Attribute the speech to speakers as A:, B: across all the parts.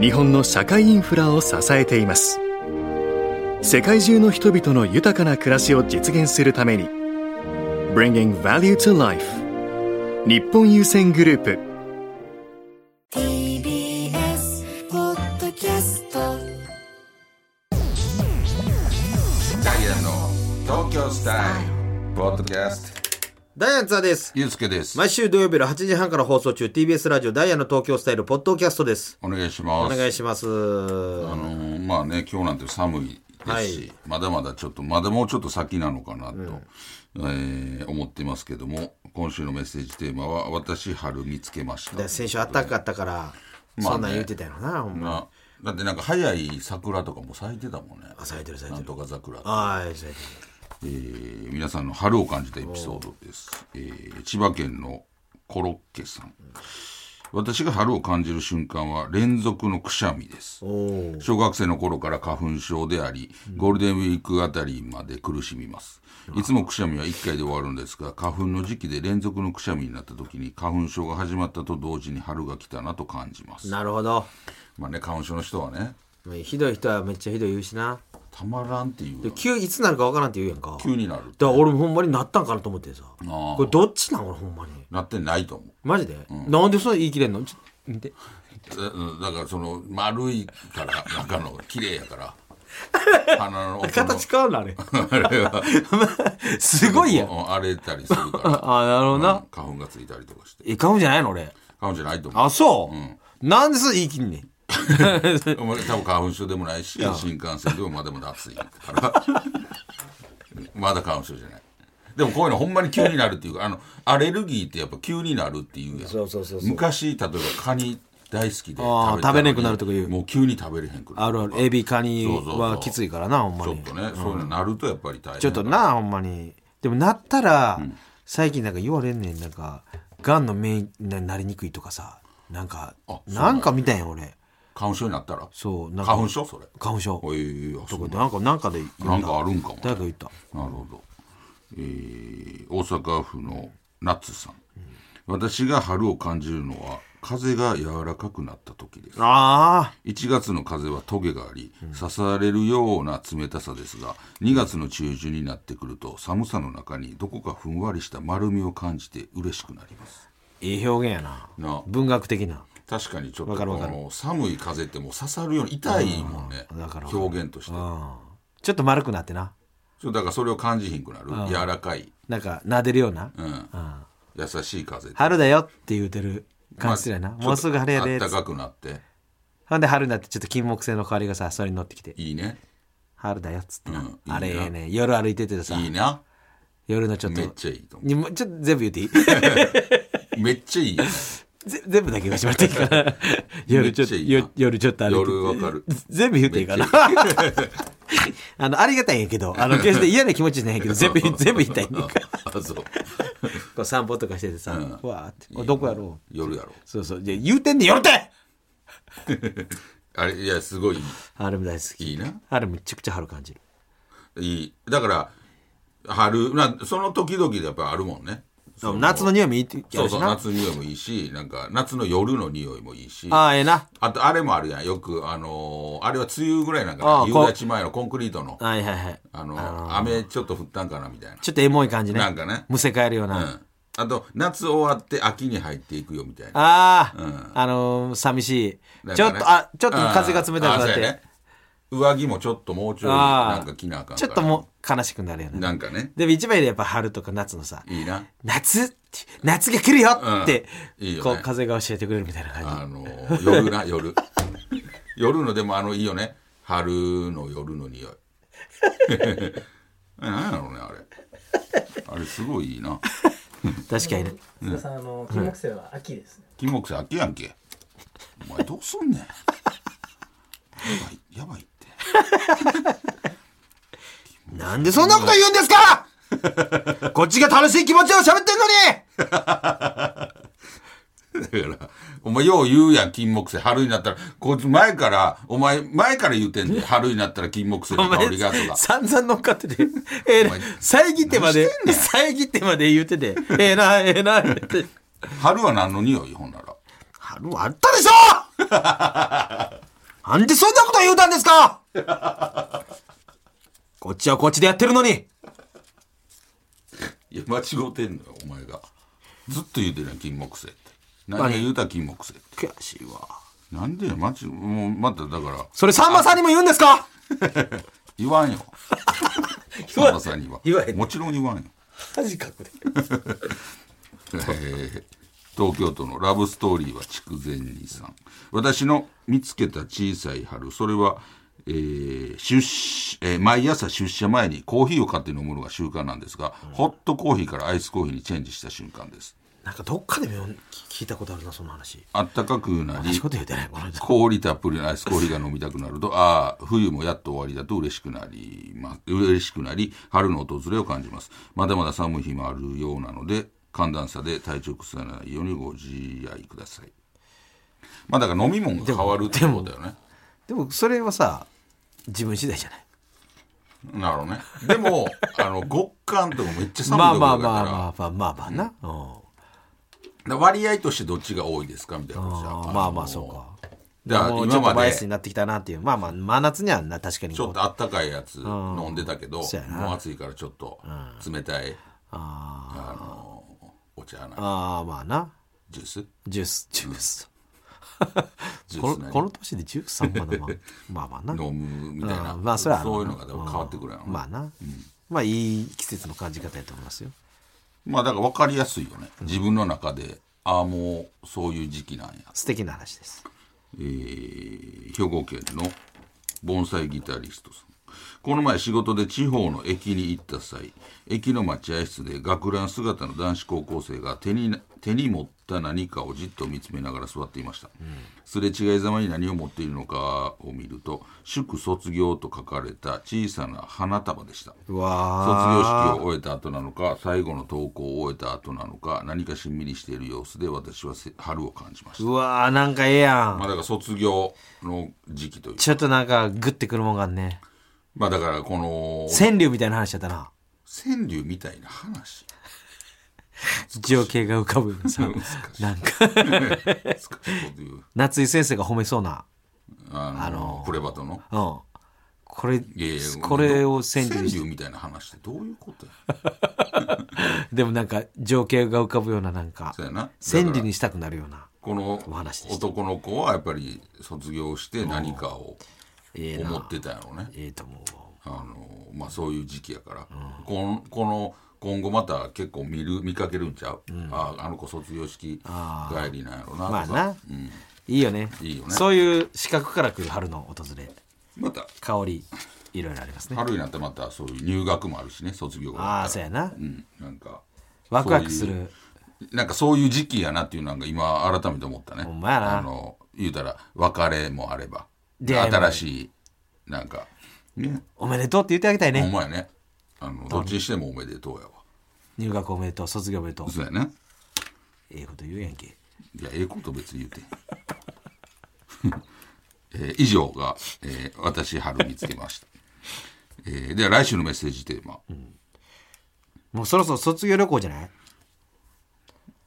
A: 日本の社会インフラを支えています世界中の人々の豊かな暮らしを実現するために Bringing Value to Life 日本郵船グループ
B: TBS ポッドキャスト
C: ダイアンの東京スタイルポッドキャスト
D: ダイアンツアです。
C: ゆうすけです、
D: 毎週土曜日の8時半から放送中、TBS ラジオダイヤの東京スタイルポッドキャストです。
C: お願いしま
D: お
C: す
D: 願いします。
C: あのーまあね今日なんて寒いですし、
D: はい
C: まだまだちょっとまだもうちょっと先なのかなと、えー思ってますけども今週のメッセージテーマは「私春見つけました」
D: で先週暖かかったから、そんなん言ってたよな、ほんま。
C: なだってなんか早い桜とかも咲いてたもんね
D: あ咲いてる咲いてる
C: なんとか桜
D: はい、そうや
C: えー皆さんの春を感じたエピソードです、えー千葉県のコロッケさん私が春を感じる瞬間は連続のくしゃみです小学生の頃から花粉症であり、ゴールデンウィークあたりまで苦しみますいつもくしゃみは1回で終わるんですが花粉の時期で連続のくしゃみになった時に花粉症が始まったと同時に春が来たなと感じます
D: なるほど。
C: まあね花粉症の人はね
D: もうひどい人はめっちゃひどい言うしな。
C: たまらんっていう
D: で
C: の
D: 急、いつなるかわからんって言うやんか。
C: 急になる
D: だから俺もほんまになったんかなと思ってさ。
C: ー
D: これどっちなん俺ほんまに。
C: なってないと思う
D: マジで、なんでそんな言い切れんのちょ見て。
C: うんだからその丸いから中の綺麗や から鼻の奥の
D: 形変わるのあれ。
C: あれ は
D: すごいやん。
C: うん荒れたりするか
D: あ、なる
C: ら、う
D: ほど な。
C: ん花粉がついたりとかして
D: え、買うんじゃないの俺。
C: 花粉じゃないと思う
D: あ、そう、なんでそう言い切んねん。
C: お前多分花粉症でもないし新幹線でもまだまだ暑いから まだ花粉症じゃないでもこういうのほんまに急になるっていうかあのアレルギーってやっぱ急になるっていうやん
D: そうそう
C: 昔例えばカニ大好きで
D: あー
C: てたのに
D: 食べれんくなるとか言う
C: もう急に食べれへんくな
D: あるある、エビカニはきついからな、ほんま
C: ちょ
D: に
C: っ。とね、そういうのなるとやっぱり大変
D: ちょっとな、ほんまに。でもなったら、最近なんか言われんねん、なんか、がんの免疫になりにくいとかさ、なんか
C: あ、そうなんや
D: なんか見たんや、俺。
C: 花粉症になったら
D: そう、なんか、
C: 花粉症それ
D: 花粉症。
C: おいあそ
D: と
C: う
D: か
C: なん
D: で、なんか、なんかで言
C: な
D: うんな
C: かあるんかもね
D: 誰か言った。
C: なるほど、えー大阪府のナッツさん、私が春を感じるのは風が柔らかくなった時です
D: あ
C: 1月の風はトゲがあり刺されるような冷たさですが2月の中旬になってくると寒さの中にどこかふんわりした丸みを感じて嬉しくなります
D: ー、いい表現やな。
C: な
D: 文学的な。
C: 確かにちょっと
D: わかるわ
C: こ
D: かる
C: の寒い風ってもう刺さるように痛いもんね
D: うんわかるわかる
C: 表現として
D: ちょっと丸くなってな。
C: そうだからそれを感じひんくなる柔らかい、
D: なんか、撫でるような。
C: うん、優しい風
D: 春だよって言うてる感じするやな。
C: まあ
D: もうすぐ晴れやで
C: ちょっと暖かくなって
D: ほんで春になってちょっと金木犀の香りがさそれに乗ってきて
C: いいね
D: 春だよっつってな、
C: うんいいな
D: あれええね夜歩いててさ
C: いいな
D: 夜のちょっと
C: めっちゃいいと思
D: にもちょっと全部言ってい い
C: うめっちゃいいよね
D: ぜ全部だけ言わしてもらっていいかな夜ちょっ と
C: めっちゃいいな
D: よ夜ちょっと歩いてて
C: 夜わかる
D: 全部言っていいかな あのありがたいんやけどあの決して嫌な気持ちじゃないけど 全部全部言いたいんやんか
C: あそう
D: こう散歩とかしててさ、
C: ん
D: うわーっておどこやろう
C: 夜やろ
D: そうそうじゃあ言うてんねん夜って
C: あれいやすごい
D: 春も大好き
C: いいな
D: 春めちゃくちゃ春感じる
C: いいだから春なその時々でやっぱあるもんねそ
D: 夏の匂いもいいってや
C: そ
D: る
C: うそ
D: し
C: う
D: な
C: 夏の匂いもいいしなんか夏の夜の匂いもいいし
D: ああええな
C: あとあれもあるやんよくあのーあれは梅雨ぐらいなんか
D: あ
C: な
D: あ
C: 夕
D: こう
C: 立ち前のコンクリートの
D: はいはいはい
C: あのー雨ちょっと降ったんかなみたいな
D: ちょっとエモい感じね。
C: なんかね
D: むせ返るような。
C: うんあと夏終わって秋に入っていくよみたいな
D: ああ、
C: うん
D: あのー寂しい、
C: なん
D: ちょ
C: か
D: っ
C: ね
D: と、あ、ちょっと風が冷たくな
C: あ
D: っ
C: そう
D: て、
C: やね上着もちょっともうちょい
D: あー
C: なんか着なあかん
D: ちょっともう悲しくなるよ
C: う
D: ね。
C: なんかね
D: でも一番でやっぱ春とか夏のさ、
C: いいな
D: 夏って夏が来るよって、
C: うんいいよね
D: こう風が教えてくれるみたいな感
C: あの夜な夜 夜のでもあのいいよね春の夜の匂い え何やろうねあれあれすごいいいな
D: じ。確かにね。
E: 塚田さん、あの金木犀は秋ですね。
C: 金木犀秋やんけお前どうすんねんばいやばいって
D: なんでそんなこと言うんですかこっちが楽しい気持ちを喋ってんのに
C: だから、お前よう言うやん、金木犀。春になったら、こいつ前から、お前、前から言うてんで、春になったら金木犀の香りがとか。
D: 散々乗っ かってて、ええな
C: 前、
D: 遮ってまで、遮ってまで言うてて、ええな、ええな、って。
C: 春は何の匂いほんなら。
D: 春はあった でしょなんでそんなこと言うたんですかこっちはこっちでやってるのに。
C: いや、間違うてんのよ、お前が。ずっと言うてるやん、金木犀って。何が言うたら金木犀って。
D: 悔しいわ。
C: なんでや、間違う、もう、まただから、
D: それさんまさんにも言うんですか
C: 言わんよ。
D: 言わ
C: さんまさんには。
D: 言わへん
C: もちろん言わんよ。
D: 恥かくで。
C: えー東京都のラブストーリーは筑前煮さん。私の見つけた小さい春、それは、えー出社えー毎朝出社前にコーヒーを買って飲むのが習慣なんですが、ホットコーヒーからアイスコーヒーにチェンジした瞬間です。
D: なんかどっかでも聞いたことあるな、その話。
C: あったかくな
D: 同じ
C: り
D: こ、と言うてない、この間。
C: 氷たっぷりのアイスコーヒーが飲みたくなると、ああ、冬もやっと終わりだと嬉しくなり、ま、嬉しくなり、春の訪れを感じます。まだまだ寒い日もあるようなので、寒暖差で体調崩さないようにご自愛ください。まあだから飲み物が変わるってことだよね。
D: でもそれはさ、自分次第じゃない。
C: なるほどね。でも、 あの、極寒とかめっちゃ
D: まあ
C: 寒いところ
D: まあ
C: だ
D: まあ
C: か
D: まあまあまあまあな。うん
C: ら、割合としてどっちが多いですかみたいなことじゃん
D: あーまあまあそうか。
C: だから
D: もうち
C: 今
D: ょっと
C: ま
D: バイア
C: で
D: スになってきたなっていう。まあまあ、真夏にはな確かに
C: ちょっとあったかいやつ飲んでたけど、もう
D: そうやな
C: 暑いからちょっと冷たい、あの、お茶な
D: ああ、まあな。
C: ジュース
D: ジュース、ジュース。
C: ジュ
D: こ
C: ース
D: の
C: な
D: この年でジュース3まだまあまあまあな。
C: 飲むみたいな、
D: うんまあそれはあるな
C: そういうのがでも変わってくるやん、
D: まあな。まあいい季節の感じ方やと思いますよ。
C: まあだから分かりやすいよね自分の中でああもうそういう時期なんや、
D: 素敵な話です。
C: えー兵庫県の盆栽ギタリストさんこの前仕事で地方の駅に行った際駅の待合室で学ラン姿の男子高校生が手に手に持った何かをじっと見つめながら座っていました、すれ違いざまに何を持っているのかを見ると「祝卒業」と書かれた小さな花束でした
D: うわ
C: 卒業式を終えた後なのか最後の登校を終えた後なのか何かしんみりしている様子で私はせ春を感じました、
D: ー。うわー、なんかええや
C: まあ、だ
D: ん。
C: から卒業の時期という
D: ちょっとなんかグッてくるもんがあんね。
C: まあだからこの
D: 川柳みたいな話だったな。
C: 川柳みたいな話
D: 情景が浮かぶよ うなさ
C: 難。しい
D: なんか、
C: 難 しいこと言う
D: 夏井先生が褒めそうな。
C: あの、
D: あのー
C: プレバトの
D: うん。これ
C: いやいや、
D: これを川柳にして
C: みたいな話ってどういうことや
D: でもなんか情景が浮かぶようななんか
C: そうやな
D: 川柳にしたくなるような
C: この
D: お話でした
C: 男の子はやっぱり卒業して何かを
D: ええ
C: 思
D: な
C: ってたやろうね
D: ええと思うわ
C: あのまあそういう時期やから、こんこの今後また結構見る見かけるんちゃう、ああの子卒業式帰りなんやろなとか
D: まあな、いいよね
C: いいよね
D: そういう視覚から来る春の訪れ
C: また
D: 香りいろいろありますね
C: 春になったらまたそういう入学もあるしね卒業が
D: ああそうやな
C: うんなんか
D: ワクワクす
C: そうい
D: る
C: うなんかそういう時期やなっていうなんか今改めて思ったね
D: ほんまやな
C: あの言うたら別れもあれば
D: 出会いもある
C: 新しいなんかね
D: おめでとうって言ってあげたい
C: ほん
D: ね
C: まやねあのどっちにしてもおめでとうやわ
D: 入学おめでとう卒業おめでとう
C: そうやね
D: ええこと言うやんけ
C: いや、ええこと別に言うて。 えー以上が、えー私、春見つけました。えーでは、来週のメッセージテーマ。
D: もうそろそろ卒業旅行じゃない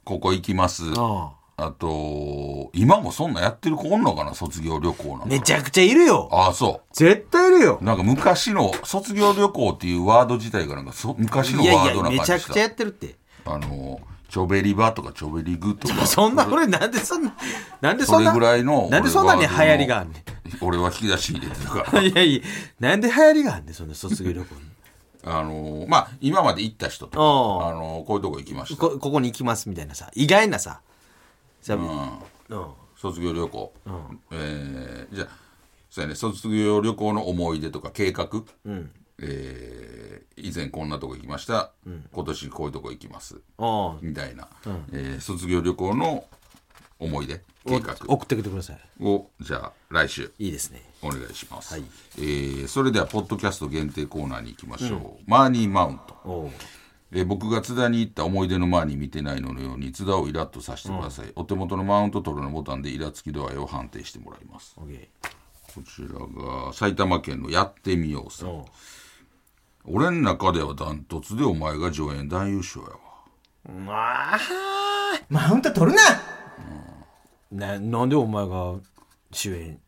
C: ここ行きます。
D: う
C: あと、今もそんなんやってる子おんのかな卒業旅行なん
D: ん
C: か。
D: めちゃくちゃいるよ
C: ああ、そ
D: 絶対いるよ
C: う。なんか昔の卒業旅行っていうワード自体がなんかそ昔の
D: いや
C: ワー
D: い
C: ド
D: や
C: な感
D: め
C: じ
D: ち
C: した。
D: ゃくちゃやってるって
C: あの、チョベリバとかチョベリグとか。
D: そんな俺なんでそんななんで
C: そ
D: そん
C: れ
D: な
C: ぐらいの。
D: なんでそんなに流行りがあ
C: る
D: んねん
C: 俺は引き出しに入れてたから。
D: いやいや、なんで流行りがあんねん、その卒業旅行に。
C: あのーまあ今まで行った人とか、あ
D: おう
C: のーこういうとこ行きました、
D: こ、ここに行きますみたいなさ、意外なさ。さ
C: うん、
D: うん
C: 卒業旅行、えーじゃあそうやね卒業旅行の思い出とか計画、えー以前こんなとこ行きました、今年こういうとこ行きます
D: うん
C: みたいな、えー卒業旅行の思い出計画
D: 送ってきてください
C: をじゃあ来週
D: いいですね
C: お願いします、えーそれではポッドキャスト限定コーナーに行きましょう、マーニーマウント
D: おう
C: えー僕が津田に行った思い出のマーニー見てないののように津田をイラッとさせてください、お手元のマウント取るのボタンでイラつき度合いを判定してもらいます
D: オッケ
C: こちらが埼玉県のやってみようさ
D: ー
C: ん
D: おう
C: 俺の中ではダントツでお前が上演男優賞やわ
D: まあ
E: マウント取るな
D: ななんでお前が主演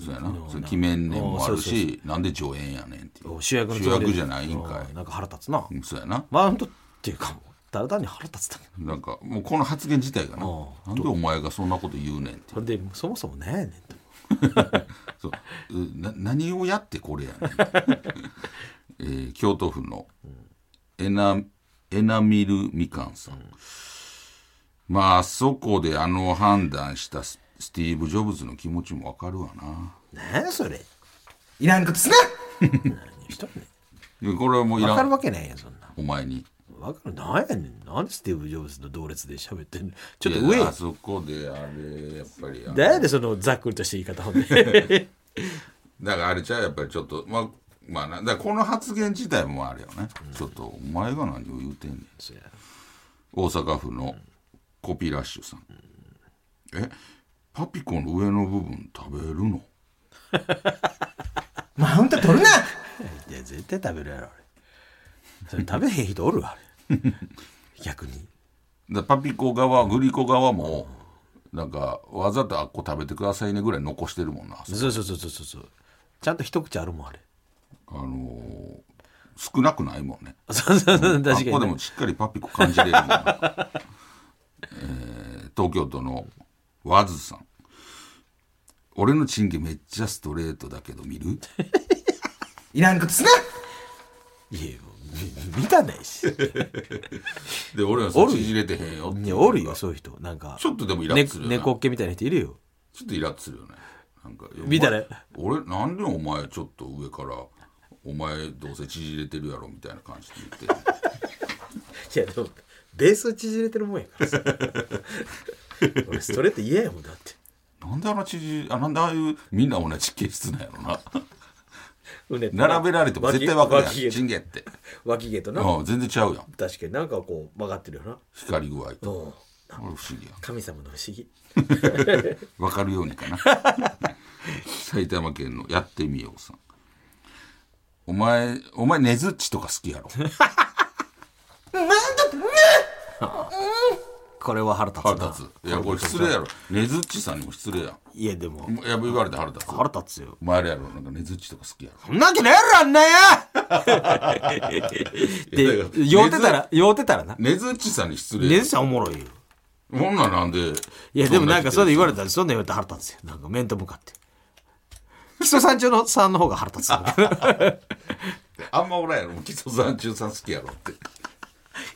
C: そうやなそれ記念年もあるし
D: おーそう
C: なんで上演やねんっていう
D: を主役のつ
C: 主
D: もりで
C: 役じゃないんか
D: うんなんか腹立つない
C: うんそうやな
D: マウントっていうかもうただ単に腹立つだけど
C: なんかもうこの発言自体がななんでお前がそんなこと言うねん って
D: それでそもそもねやねんと
C: そううな何をやってこれやねん、 えー京都府のエナエナミルみかんさん、まああそこであの判断したススティーブ・ジョブズの気持ちもわかるわな
D: 何やそれ
E: いらんことすな
D: 一人ね
C: いやこれはもうい
D: 分からる
C: ん
D: わけないやんそんな
C: お前に
D: 分かるなんやねんなんでスティーブ・ジョブズの同列で喋ってんのち
C: ち
D: ょっと上
C: あそこであれやっぱりあの
D: だやでそのざっくりとした言い方ほんで
C: だからあれちゃうやっぱりちょっとまあまあなだからこの発言自体もあれよね、ちょっとお前が何を言うてんねん
D: そや
C: 大阪府のコピーラッシュさん、えパピコの上の部分食べるの
E: マウント取るない
D: や絶対食べるやろあれそれ食べへん人おるわあれ逆に
C: だパピコ側グリコ側もなんかわざとあっこ食べてくださいねぐらい残してるもんな、
D: そうそうそうそうそうそうちゃんと一口あるもんあれ
C: あのー少なくないもんね
D: そうそう そう確か
C: あっ
D: に、ね、
C: こでもしっかりパピコ感じれるもんな、 えー東京都のワズさん俺のチンゲめっちゃストレートだけど見る
E: いらんことすない
D: やもうみ見たないし
C: で俺は
D: おるよ
C: 縮れてへんよっていう
D: いやおるよそういう人なんか
C: ちょっとでもイラッ
D: ね
C: とするよな
D: 猫っ毛みたいな人いるよ
C: ちょっとイラッとするよね。なんか、いや
D: 見たね
C: お前俺、なんでお前ちょっと上から、お前どうせ縮れてるやろみたいな感じで言って。
D: いやでもベース縮れてるもんやからさ 俺ストレート嫌やもんだって
C: なんであの縮あ、なんでああいう、みんな同じ形質なんやろな。
D: うね
C: 並べられても絶対分かるやん。
D: 脇
C: チン
D: 脇
C: ゲって。
D: 脇毛とな、
C: うん、全然ちゃうやん。
D: 確かになんかこう曲がってるよな
C: 光り具合と。
D: うん
C: これ不思議やん。
D: 神様の不思議
C: 分かるようにか な埼玉県のやってみようさんお前お前ねずっちとか好きやろ
D: これは腹立つな
C: 腹 立ついやこれ失礼やろねずっちさんにも失礼や
D: いやでも
C: んいや言われて腹立つ
D: 腹立つよ
C: お前あれやろなんかねずっちとか好きやろ
D: そんなわけないやろあんなや
C: いやだから
D: で酔うてたら酔うてたらな
C: ねずっちさんに失
D: ね
C: 礼
D: ずちゃんおもろいよ
C: ほんならなんで
D: いやでもなんかそれで言わ
C: れ
D: れたらそんなん言われたら腹立つよなんか面と向かって木曽山中のさんの方が腹立つ
C: てあんまおらんやろ木曽山中さん好きやろって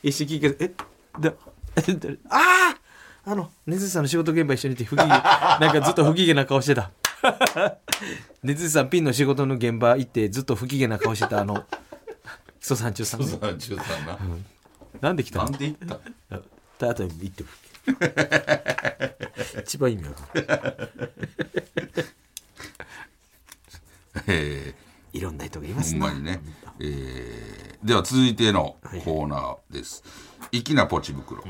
D: 一瞬聞いてえだえ誰 あああの根津さんの仕事現場一緒にいて不機 嫌なんかずっと不機嫌な顔してた 根津さんピンの仕事の現場行ってずっと不機嫌な顔してたあの木曽山中さん
C: 木曽山中さんな、
D: なんで来た
C: なん
D: の
C: で言った
D: た後に行って不機嫌 一番意味わかる
C: え
D: いろんな人がいま
C: ー、
D: す
C: ほん
D: な
C: まにね、えー、では続いてのコーナーです粋なポチ袋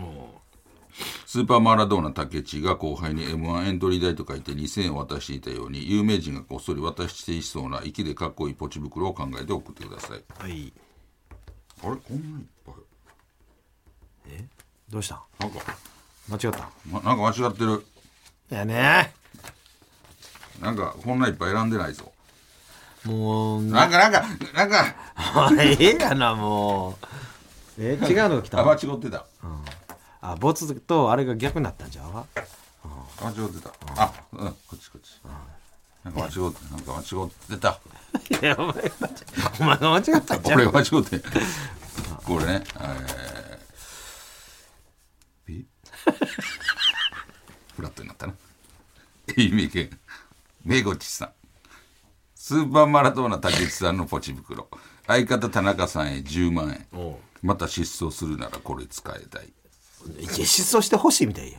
C: スーパーマラドーナ竹地が後輩に m 1エントリー代と書いて2000円を渡していたように有名人がこっそり渡していそうな粋でかっこいいポチ袋を考えて送ってください
D: はい
C: あれこんないっぱい
D: どうしたん
C: なんか、
D: 間違った
C: ま、なんか間違ってる
D: やね
C: なんかこんないっぱい選んでないぞ
D: もう
C: なんかなんかなんか
D: ええやなもうえ違うのが来
C: あ
D: た
C: 間違ってた
D: あボツとあれが逆になったんじゃうわ
C: 間違ってたあうんこっちこっちなんか間違ってなんか間違ってた
D: いやお前がお前が間違ったんじゃ
C: 俺
D: う
C: 間違ってこれねえー、えフラットになったな愛媛県めごちさんスーパーマラドーナ竹内さんのポチ袋相方田中さんへ10万円また失踪するならこれ使いたい
D: いや失踪してほしいみたいや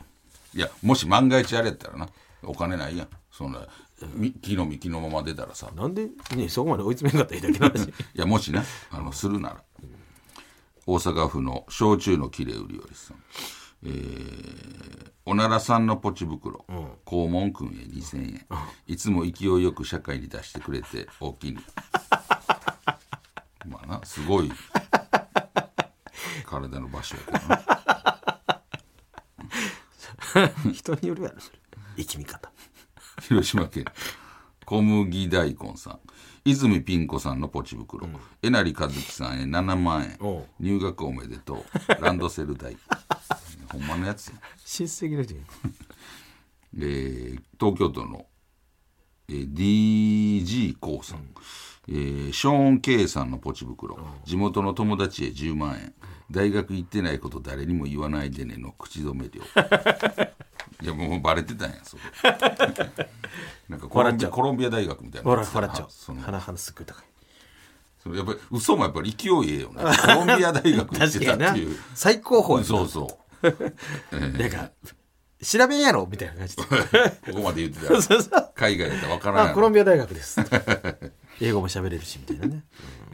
C: い
D: ん
C: いやもし万が一あれやったらなお金ないやんそんなみ木の幹のまま出たらさ
D: なんで、ね、そこまで追い詰めんかったらいいだけなん だし
C: いやもしねあのするなら大阪府の焼酎のきれい売りよりさんえーおならさんのポチ袋、肛門くんへ2000円、いつも勢いよく社会に出してくれて大きに まあなすごい体の場所やけどな
D: 人によるやろそれ生き見方
C: 広島県小麦大根さん泉ピン子さんのポチ袋、えなりかずきさんへ7万円
D: おう
C: 入学おめでとうランドセル代 ほんまのやつや、
D: 親戚の人に
C: えー東京都の、えー DG コウさん、えーショーン・ケイさんのポチ袋、地元の友達へ10万円大学行ってないこと誰にも言わないでねの口止 め料いやもうバレてたんやそれなんかコロ
D: 笑っ
C: ン
D: ち
C: ビ
D: ゃ
C: ア
D: う
C: コロンビア大学みたいな
D: 笑笑っちゃ
C: そうの
D: 鼻鼻すっごい高い
C: そのやっぱり嘘もやっぱり勢いええよね。コロンビア大学行ってた
D: 確か
C: っ
D: に
C: て
D: な
C: いう。
D: 最高峰やな
C: そうそう。
D: なんか調べんやろみたいな感 じで
C: ここまで言ってた ら
D: そうそう
C: 海外やったらわから
D: あ
C: ない
D: コロンビア大学です英語も喋れるしみたいなね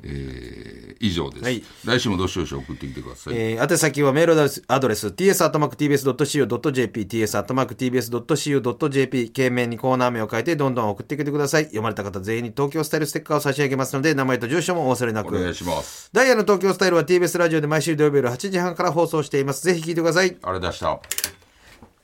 C: えー以上です、
D: はい
C: 来週もどしどし送ってきてください。
D: えー、宛先はメールアドレスアドレス ts.tbs.co.jp ts.tbs.co.jp 懸命にコーナー名を書いてどんどん送ってきてください読まれた方全員に東京スタイルステッカーを差し上げますので名前と住所もお忘れな
C: お願い
D: く
C: します。
D: ダイヤの東京スタイルは TBS ラジオで毎週土曜日夜8時半から放送していますぜひ聞いてください
C: あれ出した。